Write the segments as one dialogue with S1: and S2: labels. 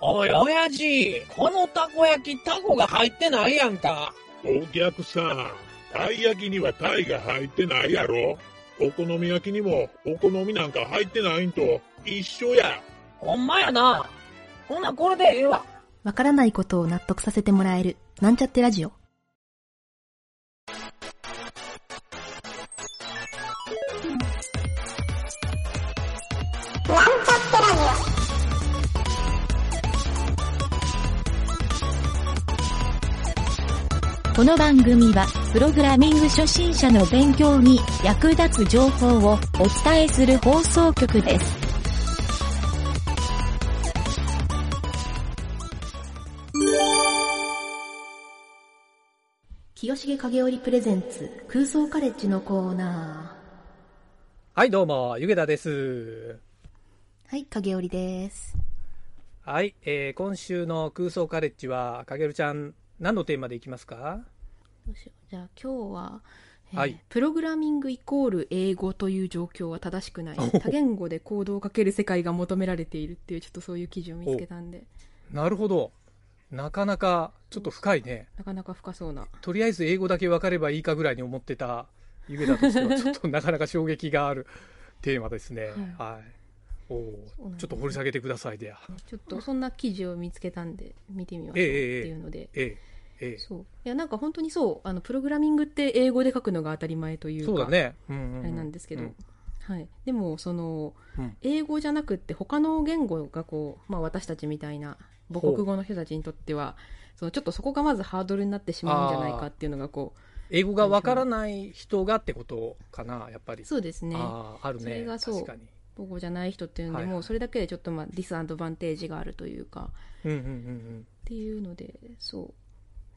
S1: おい、親父、このたこ焼き、タコが入ってないやんか。
S2: お客さん、たい焼きにはたいが入ってないやろお好み焼きにもお好みなんか入ってないんと一緒や。
S1: ほんまやな。ほな、これでええわ。
S3: わからないことを納得させてもらえる、なんちゃってラジオ。
S4: この番組は、プログラミング初心者の勉強に役立つ情報をお伝えする放送局です。
S3: 清重影織プレゼンツ、空想カレッジのコーナ
S5: はい、どうも、ゆげたです。
S3: ー。はい、影織です。
S5: はい、えー今週の空想カレッジは、かげるちゃん、何のテーマでいきますか
S3: どうしよう。じゃあ今日は、えー
S5: はい
S3: プログラミングイコール英語という状況は正しくない。多言語で行動をかける世界が求められているっていう、ちょっとそういう記事を見つけたんで、
S5: なるほど。なかなか、ちょっと深いね。
S3: なかなか深そうな。
S5: とりあえず英語だけ分かればいいかぐらいに思ってた、ゆげたとして は、ちょっとなかなか衝撃があるテーマですね。はい。お
S3: そうなん
S5: お
S3: です
S5: ちょっと掘り下げてくださいでや。
S3: ちょっとそんな記事を見つけたんで、見てみましょうって
S5: ええ
S3: いうので。
S5: ええ、え
S3: そう。いや、なんか本当にそう、あの、プログラミングって英語で書くのが当たり前とい
S5: え、
S3: うか。
S5: そうだね。うんうう
S3: あれなんですけど、
S5: うん
S3: はい、でもその、
S5: うん
S3: 英語じゃなくって他の言語がこう、まあ、私たちみたいな母国語の人たちにとってはそのちょっとそこがまずハードルになってしまうんじゃないかっていうのがこ
S5: 英語が分からない人がってことかな、やっぱ
S3: う
S5: り。
S3: そうですね
S5: ああ、あるね。
S3: それがそう
S5: 確かに。
S3: 母語じゃない人っていうの
S5: は
S3: で
S5: いはい
S3: もうそれだけでちょっとまあディスアドバンテージがあるというか
S5: うんうんうんうん。
S3: っていうのでそう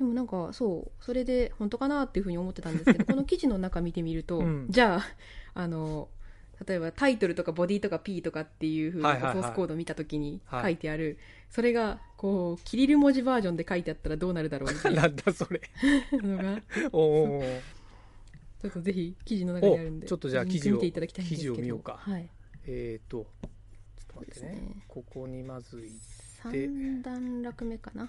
S3: でもなんかそうそれで本当かなっていうふうに思ってたんです けどこの記事の中見てみると、
S5: うん
S3: じゃああの例えばタイトルとかボディとか P とかっていうふうに
S5: はいはいはい
S3: ソースコード見た時に
S5: はい
S3: 書いてある、それがこうキリル文字バージョンで書いてあったらどうなるだろうみた い
S5: なんだそれ。
S3: なのが
S5: おおー。
S3: ちょっとぜひ記事の中にあるんで
S5: おちょっとじゃあ記事を
S3: 見ていただきたいんですけ
S5: 記
S3: ど
S5: 事を見ようか
S3: はい、
S5: えーと、ちょっと待ってね。
S3: そうですね
S5: ここにまずい。
S3: 3段落目かな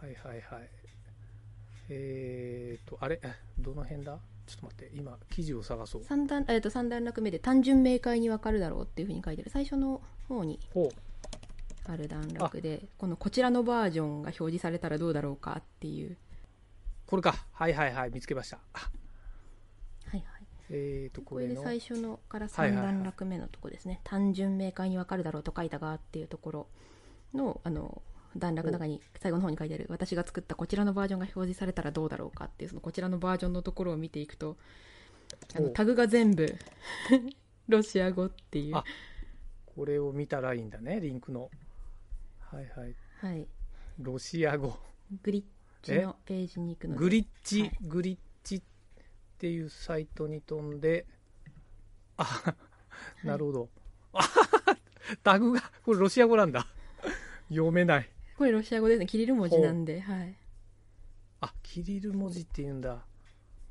S5: はいはいはい。えーと、あれどの辺だちょっと待って。今、記事を探そう。
S3: 三段,、えっと三段落目で単純明快にわかるだろうっていうふうに書いてある最初の方に
S5: ほ
S3: ある段落でこのこちらのバージョンが表示されたらどうだろうかっていう
S5: これか。はいはいはい。見つけました。あ
S3: はいはい
S5: えーと、こ
S3: これ
S5: れ
S3: で
S5: の。
S3: 最初のから
S5: はい
S3: 3
S5: はいはい
S3: 段落目のとこですね、単純明快にわかるだろうと書いたがっていうところのあの段落の中に最後の方に書いてある私が作ったこちらのバージョンが表示されたらどうだろうかっていうそのこちらのバージョンのところを見ていくとあの
S5: お
S3: タグが全部 ロシア語っていう
S5: あこれを見たらいいんだね。リンクの。はいはい。
S3: はい、
S5: ロシア語。
S3: グリッチのページに行くので
S5: グリッチ、
S3: はい
S5: グリッチっていうサイトに飛んで、あ、
S3: い
S5: なるほど。あタグが、これロシア語なんだ。読めない。
S3: これロシア語ですねキリル文字なんではい
S5: あ、キリル文字って言うんだ。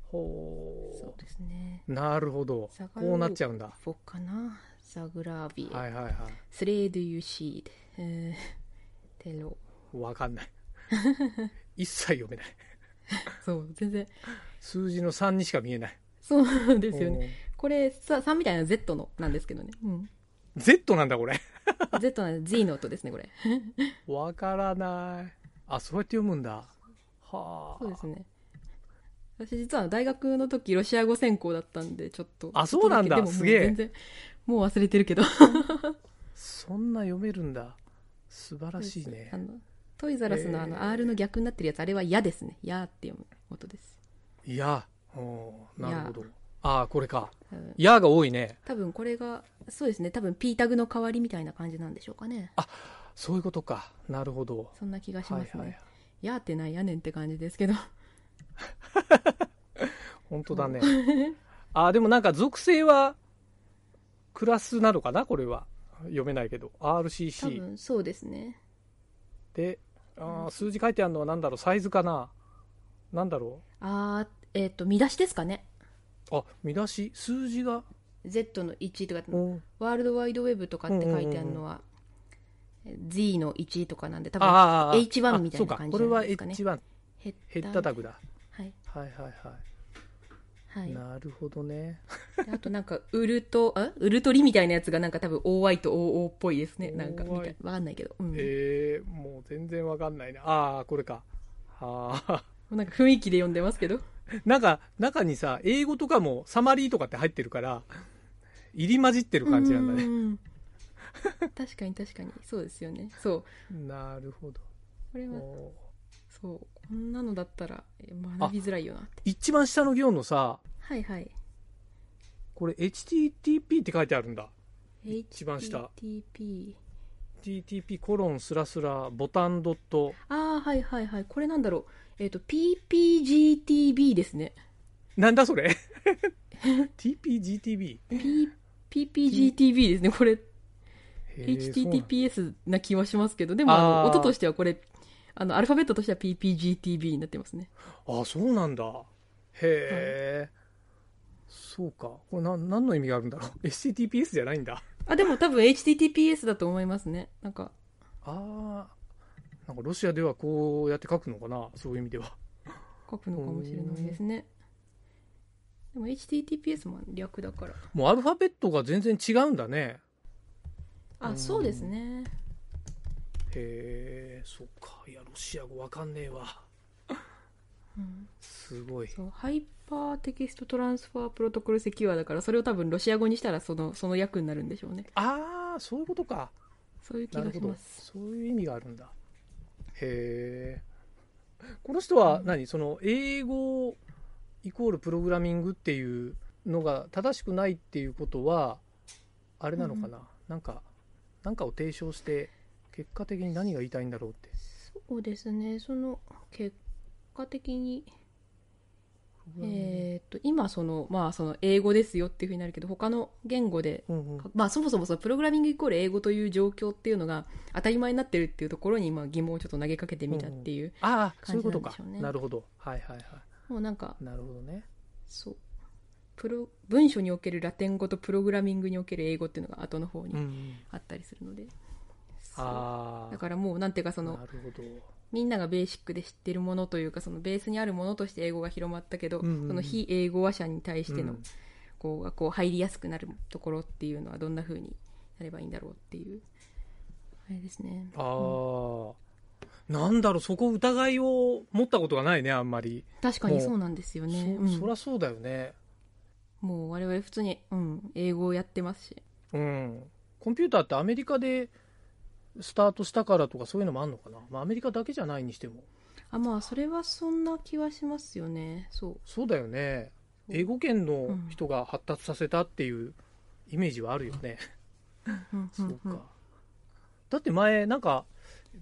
S5: ほ
S3: そうですね
S5: う。なるほど
S3: 下。がる
S5: こうなっちゃうんだ。
S3: フォかなザグラビエ、
S5: はいはいはい。
S3: スレードユーシード、えー テロ
S5: わかん ない。一切読めない。
S3: そう全然
S5: 数字の3にしか見えない。
S3: そうですよねこれさ3みたいな Z のなんですけどね、 うん、
S5: うん Z なんだこれ。
S3: Z なんで Z の音ですねこれ
S5: わからない。あ、そうやって読むんだ。はあ。
S3: そうですね私実は大学の時ロシア語専攻だったんでちょっと
S5: あそうなんだ
S3: ちょっと
S5: す
S3: け
S5: げえ
S3: でももう全然もう忘れてるけど
S5: そんな読めるんだ。素晴らしいね
S3: あ。のトイザラスのあ
S5: え
S3: の
S5: ー
S3: R の逆になってるやつあれは「や」ですね「や」って読む音です、
S5: いや、おーなるほど。ああ、これか。
S3: うん
S5: やが多いね。
S3: 多分これがそうですね多分 P タグの代わりみたいな感じなんでしょうかね
S5: そういうことか。なるほど。
S3: そんな気がし
S5: はい
S3: ますね、
S5: はい。
S3: やーってないやねんって感じですけど
S5: 本当だね。ああ、でもなんか属性は、クラスなのかなこれは。読めないけど。
S3: 多
S5: RCC
S3: 分そうですね
S5: で、あー数字書いてあるのはなんだろうサイズかななんだろ
S3: あーえっ、と見出しですかね
S5: うあ、見出し数字が。
S3: Z の1とか
S5: うん
S3: ワールドワイドウェブとかって書いてあるのは、 Z の1とかなんで多分
S5: ああ
S3: H1 み
S5: あ
S3: たいな感じ
S5: そうかこれ
S3: なん
S5: は
S3: ですかね
S5: H1
S3: ヘッ
S5: ヘッダタグだ
S3: はい
S5: はいはいは、
S3: はいい
S5: なるほどね
S3: であとなんかウルトあウルトリみたいなやつがなんか多分 OI と OO っぽいですねなんか
S5: OI
S3: みたいわかんないけど、うん
S5: えー、もう全然わかんないねああこれかはあ
S3: なんか雰囲気で読んでますけど
S5: なんか中にさ英語とかもサマリーとかって入ってるから入り混じってる感じなんだね
S3: ね確かに確かにそうですよねそう
S5: なるほど
S3: これは
S5: おー
S3: そうこんなのだったらえ学びづらいよなって
S5: 一番下の行のさ
S3: はいはい
S5: これ HTTP って書いてあるんだ
S3: 一
S5: 番下
S3: TP
S5: HTTP コロンスラスラボタンドット
S3: ああはいはいはいこれなんだろうえっ、と PPGTB ですね
S5: なんだそ れ ?TPGTB?
S3: P PPGTB ですねこれ
S5: へーそうなん
S3: HTTPS な気はしますけどでもあの
S5: あー
S3: 音としてはこれあのアルファベットとしては PPGTB になってますね
S5: あ、そうなんだ。へえ。そうか。これな、何の意味があるんだろう。HTTPS じゃないんだ。
S3: あでも多分 HTTPS だと思いますねなんか
S5: あーなんかロシアではこうやって書くのかなそういう意味では。
S3: 書くのかもしれないですねでも HTTPS も略だから
S5: もうアルファベットが全然違うんだね。
S3: あそうですね
S5: へえ、そうか。いや、ロシア語わかんねえわ。すごい。
S3: そうハイパーテキストトランスファープロトコルセキュアだからそれを多分ロシア語にしたらそのその訳になるんでしょうね
S5: ああ、そういうことか。
S3: そういう気
S5: なる
S3: が
S5: ほ
S3: し
S5: ど
S3: ま。す
S5: そういう意味があるんだ。へえ。この人は何、その英語イコールプログラミングっていうのが正しくないっていうことはあれなのかな、なんかなんかを提唱して結果的に何が言いたいんだろうって
S3: そうですねその結果的にえーっと今そのまあその英語ですよっていうふうになるけど他の言語で
S5: うんうん、
S3: まあそもそもそのプログラミングイコール英語という状況っていうのが当たり前になってるっていうところにまあ疑問をちょっと投げかけてみたっていう、
S5: ああそういうこと
S3: 感
S5: か
S3: じ
S5: な,、
S3: なんでしょうね
S5: るほどはいはいは
S3: もうなんか
S5: いなるほどね
S3: そうプロ文書におけるラテン語とプログラミングにおける英語っていうのが後の方
S5: うんう
S3: に
S5: ん
S3: あったりするので、そう
S5: あ
S3: だ
S5: あ
S3: からもうなんていうかそ
S5: な
S3: の
S5: るほど
S3: みんながベーシックで知ってるものというかそのベースにあるものとして英語が広まったけど、
S5: うんうんうん
S3: その非英語話者に対しての、
S5: うん
S3: こうがこう入りやすくなるところっていうのはどんな風になればいいんだろうっていうあれですね
S5: ああ、なんだろうそこ疑いを持ったことがないねあんまり
S3: 確かにそうなんですよね、うん
S5: そそりゃそうだよね
S3: もう我々普通に、うん、英語をやってますし
S5: うんコンピューターってアメリカでスタートしたからとかそういうのもあんのかな、まあ、アメリカだけじゃないにしても
S3: あまあそれはそんな気はしますよねそう
S5: そうだよね英語圏の人が発達させたっていうイメージはあるよね、
S3: うんうん
S5: そううんかだって前なんか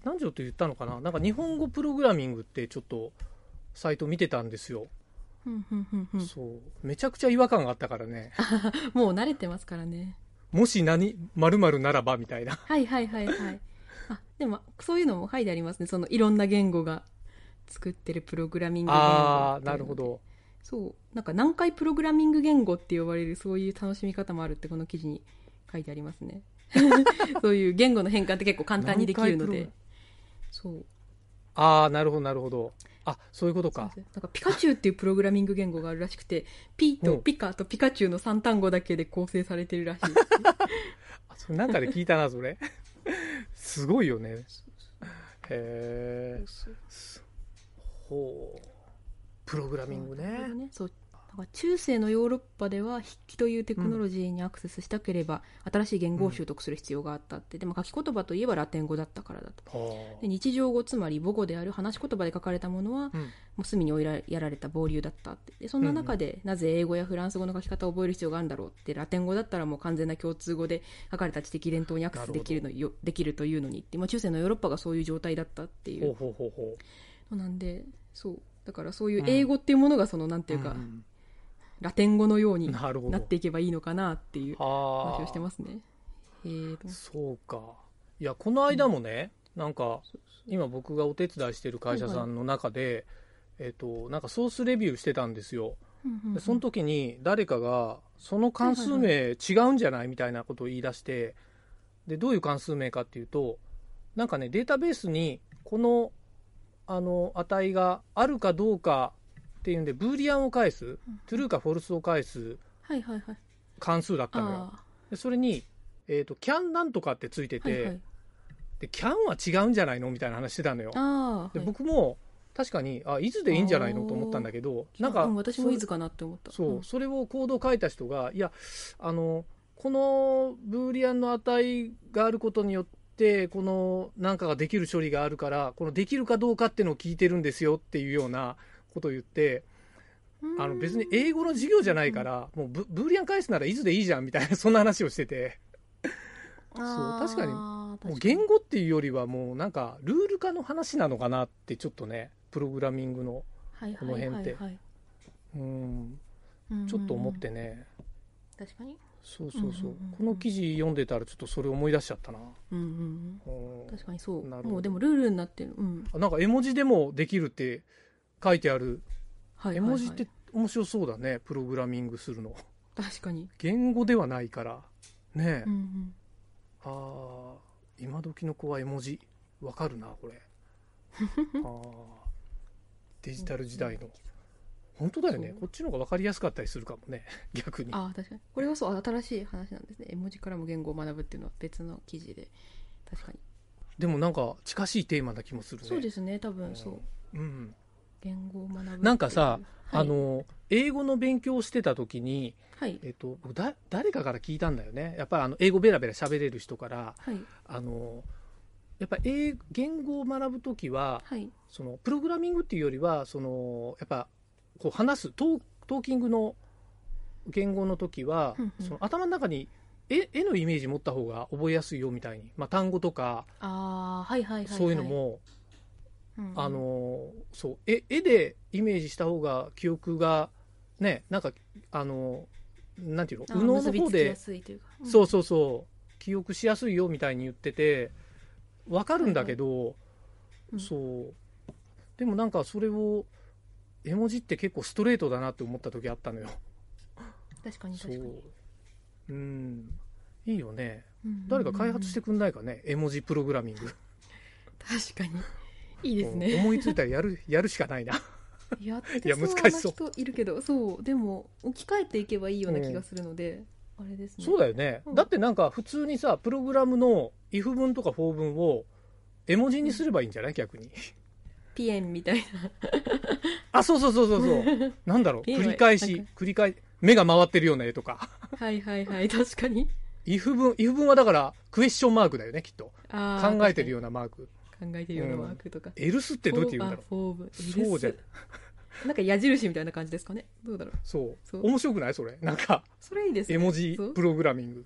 S5: 何時って言ったのかななんか日本語プログラミングってちょっとサイト見てたんですよ、
S3: うんうんうんうん
S5: そうめちゃくちゃ違和感があったからね
S3: もう慣れてますからね
S5: もし何〇〇ならばみたいな
S3: はいはいはいはいあでもそういうのも書いてありますねそのいろんな言語が作ってるプログラミング言語
S5: ああ
S3: っていうの
S5: な
S3: で
S5: るほど
S3: そうなんか何回プログラミング言語って呼ばれるそういう楽しみ方もあるってこの記事に書いてありま すねそういう言語の変換って結構簡単にできる
S5: 何回プ
S3: の
S5: ログラ
S3: で
S5: ム
S3: そう
S5: ああなるほどなるほどあそういうこと
S3: そう
S5: か
S3: ですねなんかピカチュウっていうプログラミング言語があるらしくてピー
S5: う
S3: と
S5: ん
S3: ピカとピカチュウの3単語だけで構成されてるら しい
S5: あそれなんかで聞いたなそれ すごいよねへえほうプログラミング
S3: なるほど
S5: ね
S3: ねそうなんか中世のヨーロッパでは筆記というテクノロジーにアクセスしたければ、新しい言語を習得する必要があったって、でも書き言葉といえばラテン語だったからだと
S5: は
S3: で日常語つまり母語である話し言葉で書かれたものは、
S5: うん
S3: もう隅に追いらやられた傍流だったってでそんな中で、なぜ英語やフランス語の書き方を覚える必要があるんだろうってラテン語だったらもう完全な共通語で書かれた知的伝統にアクセスできるのよできるというのにって、まあ、中世のヨーロッパがそういう状態だったってい
S5: あほう
S3: う
S5: ほうほうほ
S3: のなんでそうだからそういう英語っていうものがその、なんて
S5: う
S3: いうか、
S5: ん
S3: ラテン語のようにな
S5: なるほど
S3: っていけばいいのかなっていう
S5: は
S3: 話をして
S5: あ
S3: ますね。えーと
S5: そうかいやこの間もねなんか今僕がお手伝いしてる会社さんの中でえっとなんかソースレビューしてたんですよでその時に誰かがその関数名違うんじゃないみたいなことを言い出してでどういう関数名かっていうとなんかねデータベースにこのあの値があるかどうかっていうんでブーリアンを返すトゥルーかフォルスを返す
S3: はいはいはい
S5: 関数だったのよ
S3: あ
S5: でそれに、えーと「キャンなんとか」ってついて
S3: あは
S5: て、
S3: いはい
S5: でキャンは違うんじゃないのみたいな話してたのよ。
S3: ああ
S5: で
S3: はい
S5: 僕も確かにあいつでいいんじゃないのと思ったんだけどなんか、
S3: うん私もいつかなって思った
S5: そう、
S3: ん
S5: それをコードを書いた人がいやあのこのブーリアンの値があることによってこのなんかができる処理があるからこのできるかどうかっていうのを聞いてるんですよっていうようなことを言ってあの別に英語の授業じゃないからもうブブーリアン返すならいつでいいじゃんみたいなそんな話をしてて
S3: あー
S5: そう確かにもう
S3: 確かに
S5: 言語っていうよりはもうなんかルール化の話なのかなってちょっとねプログラミングの
S3: はい
S5: この辺って
S3: はいはいはい
S5: うん
S3: うんうんうん
S5: ちょっと思ってね
S3: 確かに
S5: そうそうそう,、
S3: うんうんうんうん
S5: この記事読んでたらちょっとそれ思い出しちゃったな
S3: うんうんうん
S5: うん
S3: 確かにそう
S5: なるほど
S3: もうでもルールになってるうん
S5: あなんか絵文字でもできるって書いてある
S3: はいはいはい
S5: 絵文字って面白そうだねプログラミングするの
S3: 確かに
S5: 言語ではないからねえ、
S3: うんうん
S5: あー今時の子は絵文字わかるな これあーデジタル時代の本当だよね
S3: そう
S5: こっちの方が分かりやすかったりするかもね 逆に
S3: ああ確かにこれはそう新しい話なんですね絵文字からも言語を学ぶっていうのは別の記事で確かに
S5: でもなんか近しいテーマな気もするね
S3: そうですね多分そう
S5: うん
S3: 言語を学ぶっていう
S5: なんかさ、
S3: はい
S5: あの英語の勉強をしてた時に、
S3: はい
S5: えっと、僕だ誰かから聞いたんだよねやっぱりあの英語ベラベラ喋れる人から
S3: はい
S5: あのやっぱ英言語を学ぶ時は
S3: はい
S5: そのプログラミングっていうよりはそのやっぱこう話すトートーキングの言語の時は
S3: うんうん
S5: その頭の中に絵絵のイメージ持った方が覚えやすいよみたいに、まあ、単語とか
S3: ああはいはいはい、はい、
S5: そういうのも、
S3: うんうん
S5: あのそう絵絵でイメージした方が記憶がねなんかあのなんていうの
S3: あー
S5: 右脳の
S3: 結び
S5: 方
S3: つきや
S5: です
S3: いというかうん
S5: そうそうそう記憶しやすいよみたいに言っててわかるんだけど、
S3: うん
S5: そうでもなんかそれを絵文字って結構ストレートだなって思った時あったのよ
S3: 確かに
S5: そ
S3: 確かに
S5: ううんいいよね
S3: うん
S5: 誰か開発してくんないかね、絵文字プログラミング
S3: 確かに いいです
S5: うん
S3: ね
S5: 思いついたらやる やるしかないな
S3: やって
S5: いや
S3: そう
S5: 難しそう
S3: な人いるけどそうでも置き換えていけばいいような気がするので、あれですね
S5: そうだよね、
S3: うん
S5: だってなんか普通にさプログラムの if 文とか for 文を絵文字にすればいいんじゃない逆に
S3: ピエンみたいな
S5: あそうそうそうそうそうなんだろう
S3: いいわよ
S5: 繰り返
S3: な
S5: し
S3: んか
S5: 繰り返し目が回ってるような絵とか
S3: はいはいはい確かに
S5: if 文 if 文はだからクエスチョンマークだよねきっと
S3: あー
S5: 考えてるようなマーク
S3: 確かに考えてるようなマークとか、
S5: else ってどうやって言うんだろう
S3: フォーブ
S5: そうじゃん
S3: なんか矢印みたいな感じですかねどうだろう
S5: そう
S3: そう
S5: 面白くないそれなんか
S3: それいいですね
S5: 絵文字
S3: そう
S5: プログラミング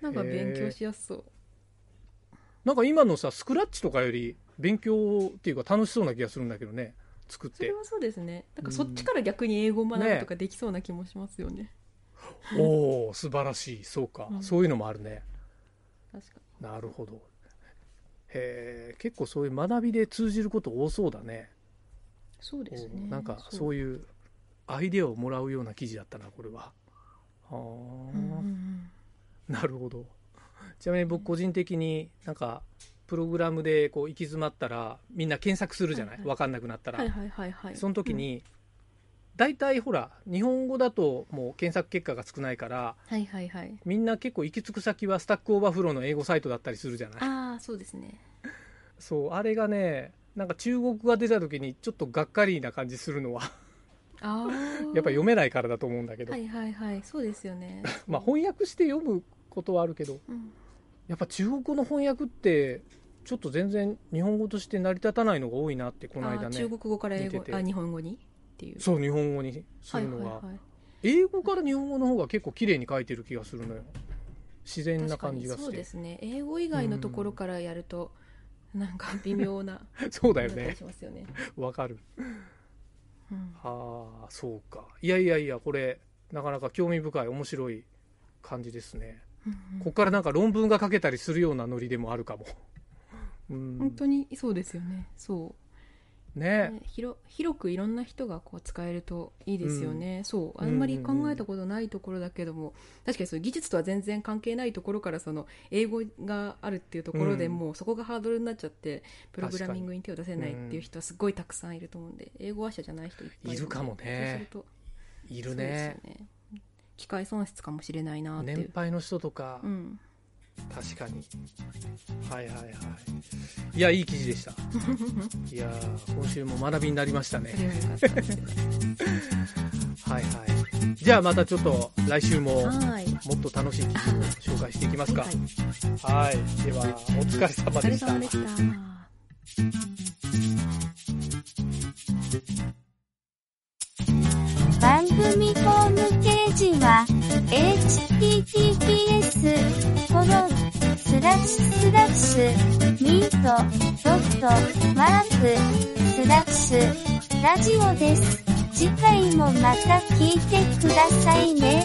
S3: なんか勉強しやすそう、
S5: なんか今のさスクラッチとかより勉強っていうか楽しそうな気がするんだけどね作っ
S3: それ
S5: て
S3: はそうですねなんかそっちから逆に英語を学ぶとかできそうな気もしますよね
S5: おお素晴らしいそうか、
S3: うん
S5: そういうのもあるね
S3: 確か
S5: なるほど。へえ、結構そういう学びで通じること多そうだね。
S3: にそうです
S5: お
S3: ね
S5: うなんかそうういうアイデアをもらうような記事だったな、これは。はあ、
S3: うんうんうん
S5: なるほど。ちなみに僕個人的になんかプログラムでこう行き詰まったらみんな検索するじゃない、
S3: はい
S5: わ
S3: はい
S5: かんなくなったら、
S3: はいはいはいはい
S5: その時、に、大体ほら日本語だともう検索結果が少ないから
S3: うんはいはいはい
S5: みんな結構行き着く先はスタックオーバーフローの英語サイトだったりするじゃない
S3: ああそうですね
S5: そうあれがねなんか中国が出た時にちょっとがっかりな感じするのは
S3: ああ
S5: やっぱ読めないからだと思うんだけど、
S3: はいはいはいそうですよね
S5: まあ翻訳して読むことはあるけど
S3: うん
S5: やっぱ中国語の翻訳ってちょっと全然日本語として成り立たないのが多いなってこの
S3: あ
S5: 間
S3: ー
S5: ね
S3: 中国語から英語
S5: 見てて
S3: あ日本語にっていう
S5: そう日本語にするのが、
S3: はいはいはい
S5: 英語から日本語の方が結構綺麗に書いてる気がするのよ自然な
S3: 確か
S5: 感
S3: に
S5: じが
S3: そ
S5: し
S3: うで
S5: て
S3: すね英語以外のところからやると、なんか微妙な
S5: そうだよ
S3: なったり
S5: ね
S3: しますよね、
S5: わかる
S3: うん
S5: ああそうかいやいやいやこれなかなか興味深い面白い感じですね
S3: うんうん
S5: ここからなんか論文が書けたりするようなノリでもあるかも。うん
S3: 本当にそうですよねそう
S5: ね
S3: ね広広くいろんな人がこう使えるといいですよね、そうあんまり考えたことないところだけども、確かにそういう技術とは全然関係ないところからその英語があるっていうところで
S5: うん
S3: もうそこがハードルになっちゃってプログラミングに手を出せないっ
S5: 確かに
S3: ていう人はすごいたくさんいると思うんで、英語話者じゃない人いっぱい
S5: いるかもね
S3: そうすると
S5: い
S3: そ
S5: る
S3: うです
S5: ね
S3: よね機械損失かもしれないなってい
S5: 年
S3: う、
S5: 配の人とか、
S3: うん、
S5: 確かにはいはいはいいやいい記事でしたいやー今週も学びになりましたね
S3: それは良か ったですよね
S5: はいはいじゃあまたちょっと来週もも
S3: はい
S5: っと楽しい記事を紹介していきますかは
S3: はいはい
S5: いではお疲れ様
S3: お疲
S5: で
S3: れ
S5: した
S3: 様でした
S6: 番組ホームページは、https, コロン、スラッシュスラッシュ、ミート、ドット、マーク、スラッシュ、ラジオです。次回もまた聞いてくださいね。